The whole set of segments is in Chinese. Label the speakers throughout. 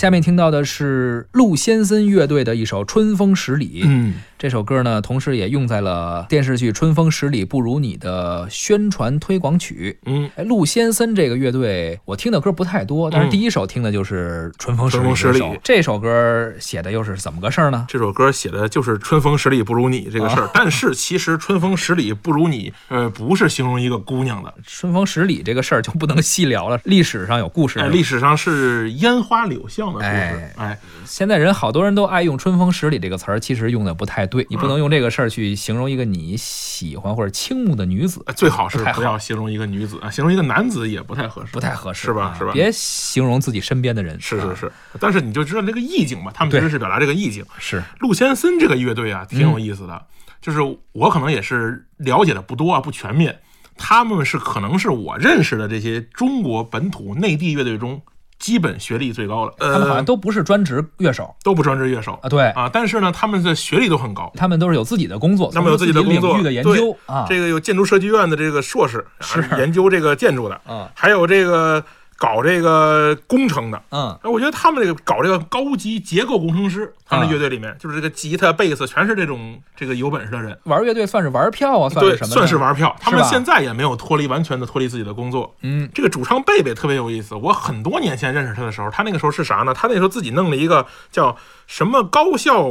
Speaker 1: 下面听到的是陆先森乐队的一首《春风十里》。
Speaker 2: 嗯，
Speaker 1: 这首歌呢，同时也用在了电视剧《春风十里不如你》的宣传推广曲。
Speaker 2: 嗯，
Speaker 1: 哎，陆先森这个乐队，我听的歌不太多，但是第一首听的就是《春风十里》
Speaker 2: 春风十里
Speaker 1: 这首这首歌写的又是怎么个事儿呢？
Speaker 2: 这首歌写的就是“春风十里不如你”这
Speaker 1: 啊
Speaker 2: 个事儿，但是其实“春风十里不如你”呃不是形容一个姑娘的，
Speaker 1: 春风十里这个事儿就不能细聊 了，历史上有故事。
Speaker 2: 哎，历史上是烟花柳巷的故事，
Speaker 1: 哎
Speaker 2: 哎，
Speaker 1: 现在人好多人都爱用“春风十里”这个词儿，其实用的不太对。你不能用这个事儿去形容一个你喜欢或者倾慕的女子，
Speaker 2: 呃最好是
Speaker 1: 不太好
Speaker 2: 不要形容一个女子啊，形容一个男子也不太合适，
Speaker 1: 不太合适，
Speaker 2: 是吧
Speaker 1: 啊
Speaker 2: 是吧
Speaker 1: 别形容自己身边的人，
Speaker 2: 是
Speaker 1: 啊
Speaker 2: 是是，但是你就知道这个意境嘛，他们其实
Speaker 1: 对
Speaker 2: 是表达这个意境。
Speaker 1: 是，
Speaker 2: 陆先森这个乐队
Speaker 1: 嗯
Speaker 2: 啊，挺有意思的，就是我可能也是了解的不多啊，不全面。他们是可能是我认识的这些中国本土内地乐队中基本学历最高的，
Speaker 1: 他们好
Speaker 2: 呃
Speaker 1: 像，都不是专职乐手
Speaker 2: 都不专职乐手
Speaker 1: 啊，对，
Speaker 2: 啊，但是呢，他们的学历都很高。
Speaker 1: 他们都是有自己的工作，
Speaker 2: 他们有
Speaker 1: 自
Speaker 2: 自己的工作
Speaker 1: 领域的研究啊，
Speaker 2: 这个有建筑设计院的这个硕士，啊
Speaker 1: 是
Speaker 2: 研究这个建筑的，
Speaker 1: 嗯
Speaker 2: 还有这个搞这个工程的。
Speaker 1: 嗯，
Speaker 2: 哎，我觉得他们这个搞这个高级结构工程师，他们
Speaker 1: 啊
Speaker 2: 乐队里面就是这个吉他、贝斯全是这种这个有本事的人。
Speaker 1: 玩乐队算是玩票啊，算
Speaker 2: 对
Speaker 1: 是，什么？
Speaker 2: 算是，玩票。他们
Speaker 1: 是吧
Speaker 2: 现在也没有脱离完全的脱离自己的工作。
Speaker 1: 嗯，
Speaker 2: 这个主唱贝贝特别有意思，我很多年前认识他的时候，他那个时候是啥呢？他那时候自己弄了一个叫什么高校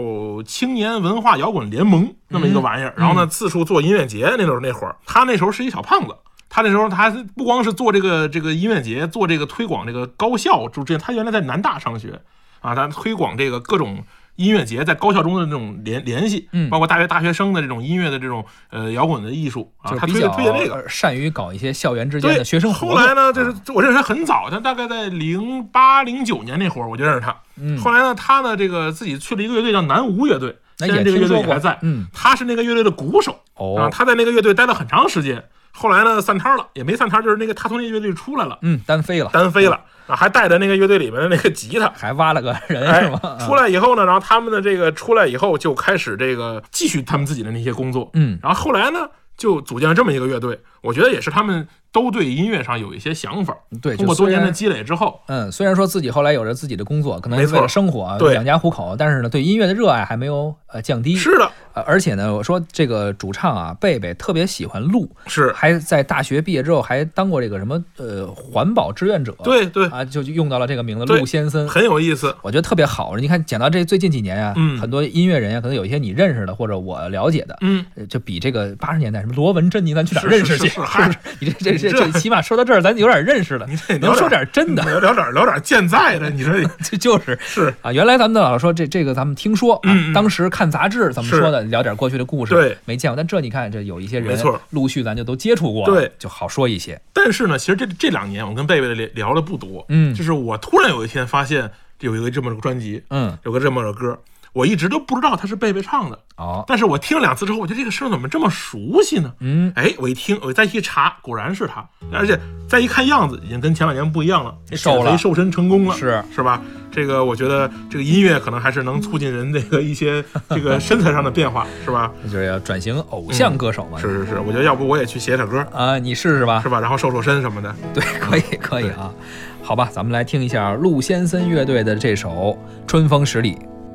Speaker 2: 青年文化摇滚联盟那么一个玩
Speaker 1: 嗯
Speaker 2: 意儿，然后呢四处做音乐节，那时候那会儿他那时候是一小胖子。他那时候，他不光是做这个这个音乐节，做这个推广这个高校，就这他原来在南大上学啊，他推广这个各种音乐节在高校中的这种联联系，
Speaker 1: 嗯
Speaker 2: 包括大学大学生的这种音乐的这种呃摇滚的艺术啊
Speaker 1: 就，是
Speaker 2: 他
Speaker 1: 比
Speaker 2: 推
Speaker 1: 较
Speaker 2: 推荐这个，
Speaker 1: 善于搞一些校园之间
Speaker 2: 对，
Speaker 1: 的学生活
Speaker 2: 后
Speaker 1: 动。啊
Speaker 2: 来呢，这是我认识他很早，他大概在零八零九年那会儿我就认识他。
Speaker 1: 嗯
Speaker 2: 后来呢，他呢这个自己去了一个乐队叫南无乐队，
Speaker 1: 那
Speaker 2: 现
Speaker 1: 哎也
Speaker 2: 在这个乐队
Speaker 1: 听说过
Speaker 2: 还在。
Speaker 1: 嗯，
Speaker 2: 他是那个乐队的鼓手啊，
Speaker 1: 哦，
Speaker 2: 他在那个乐队待了很长时间。后来呢，散摊了，也没散摊，就是那个他从那乐队出来了，
Speaker 1: 嗯，单飞了，
Speaker 2: 单飞了
Speaker 1: 嗯
Speaker 2: 啊，还带着那个乐队里面的那个吉他。
Speaker 1: 还挖了个人
Speaker 2: 哎
Speaker 1: 是吗？，啊
Speaker 2: 出来以后呢，然后他们的这个出来以后就开始这个继续他们自己的那些工作，
Speaker 1: 嗯
Speaker 2: 然后后来呢，就组建了这么一个乐队。我觉得也是他们都对音乐上有一些想法，
Speaker 1: 嗯对，
Speaker 2: 通
Speaker 1: 就
Speaker 2: 过多
Speaker 1: 虽
Speaker 2: 年
Speaker 1: 然
Speaker 2: 的积累之后，
Speaker 1: 嗯，虽然说自己后来有着自己的工作，可能
Speaker 2: 没
Speaker 1: 是为了
Speaker 2: 错
Speaker 1: 生活啊
Speaker 2: 对
Speaker 1: 养家糊口，但是呢，对音乐的热爱还没有呃降低。
Speaker 2: 是的，
Speaker 1: 呃而且呢，我说这个主唱啊，贝贝特别喜欢鹿，
Speaker 2: 是
Speaker 1: 还在大学毕业之后还当过这个什么呃环保志愿者。
Speaker 2: 对对，
Speaker 1: 啊，就就用到了这个名字
Speaker 2: 对
Speaker 1: 鹿先森。
Speaker 2: 很有意思。
Speaker 1: 我觉得特别好，你看，讲到这最近几年啊，
Speaker 2: 嗯
Speaker 1: 很多音乐人啊，可能有一些你认识的或者我了解的，
Speaker 2: 嗯，
Speaker 1: 呃就比这个八十年代什么罗文、珍妮，咱去哪儿
Speaker 2: 是
Speaker 1: 认识
Speaker 2: 是
Speaker 1: 去？
Speaker 2: 是嗨
Speaker 1: 不 你这这这
Speaker 2: 这
Speaker 1: 这，起码说到这儿，咱有点认识的，
Speaker 2: 你得聊
Speaker 1: 哎能说
Speaker 2: 点嗯
Speaker 1: 点真的，
Speaker 2: 聊聊点聊点健在的，你说
Speaker 1: 就就是
Speaker 2: 是？
Speaker 1: 啊，原来咱们的老师说这这个咱们听说，啊
Speaker 2: 嗯嗯
Speaker 1: 当时看杂志怎么说的，聊点过去的故事，
Speaker 2: 对，
Speaker 1: 没见过。但这你看，这有一些人，
Speaker 2: 没错，
Speaker 1: 陆续咱就都接触过了，
Speaker 2: 对
Speaker 1: 就好说一些。
Speaker 2: 但是呢，其实这这两年我跟贝贝聊聊的不多，
Speaker 1: 嗯
Speaker 2: 就是我突然有一天发现有一个这么个专辑，
Speaker 1: 嗯，
Speaker 2: 有个这么个歌，我一直都不知道它是贝贝唱的，
Speaker 1: 哦，
Speaker 2: 但是我听了两次之后，我觉得这个声儿怎么这么熟悉呢？
Speaker 1: 嗯，
Speaker 2: 哎，我一听，我再一查，果然是他，而且再一看样子，已经跟前两年不一样了，
Speaker 1: 哎瘦了
Speaker 2: 减肥瘦身成功了，
Speaker 1: 是
Speaker 2: 是吧？这个我觉得这个音乐可能还是能促进人这个一 些这个身材上的变化，是吧？
Speaker 1: 就是要转型偶像歌手嘛，
Speaker 2: 嗯是是是，我觉得要不我也去写写歌，
Speaker 1: 啊，你试试吧
Speaker 2: 是，吧？然后瘦瘦身什么的。
Speaker 1: 对，可以，可以啊。好吧，咱们来听一下陆先森乐队的这首《春风十里》。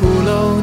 Speaker 3: 鼓楼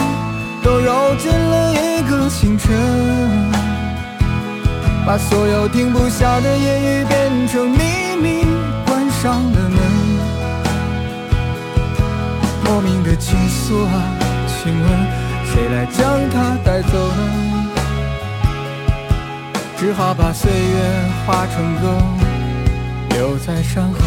Speaker 3: 都揉进了一个清晨，把所有停不下的言语变成秘密，关上了门。莫名的情愫啊，询问，谁来将它带走呢？只好把岁月化成歌，留在山河。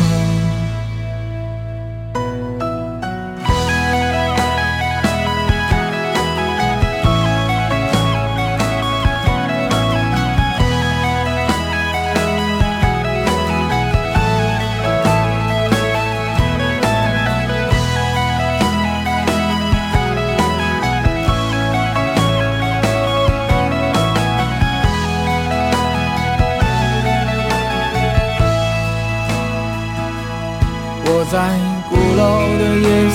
Speaker 3: 我在鼓楼的夜色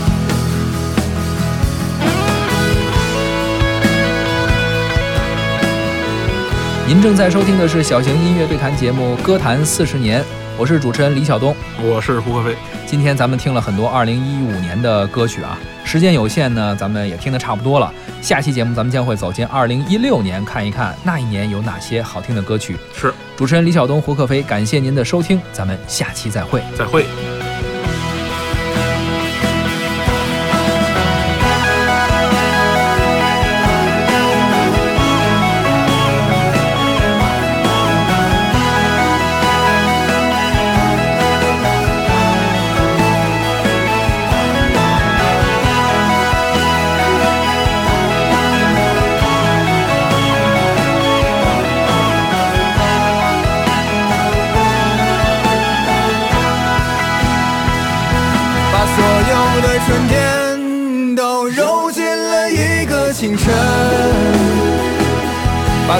Speaker 1: 您正在收听的是小型音乐对谈节目《歌坛四十年》，我是主持人李晓东。
Speaker 2: 我是胡可飞，
Speaker 1: 今天咱们听了很多2015年的歌曲啊，时间有限呢，咱们也听得差不多了。下期节目咱们将会走进2016年，看一看那一年有哪些好听的歌曲。
Speaker 2: 是
Speaker 1: 主持人李晓东、胡克飞，感谢您的收听，咱们下期再会。
Speaker 2: 再会。
Speaker 3: 把所有的春天都揉进了一个清晨，把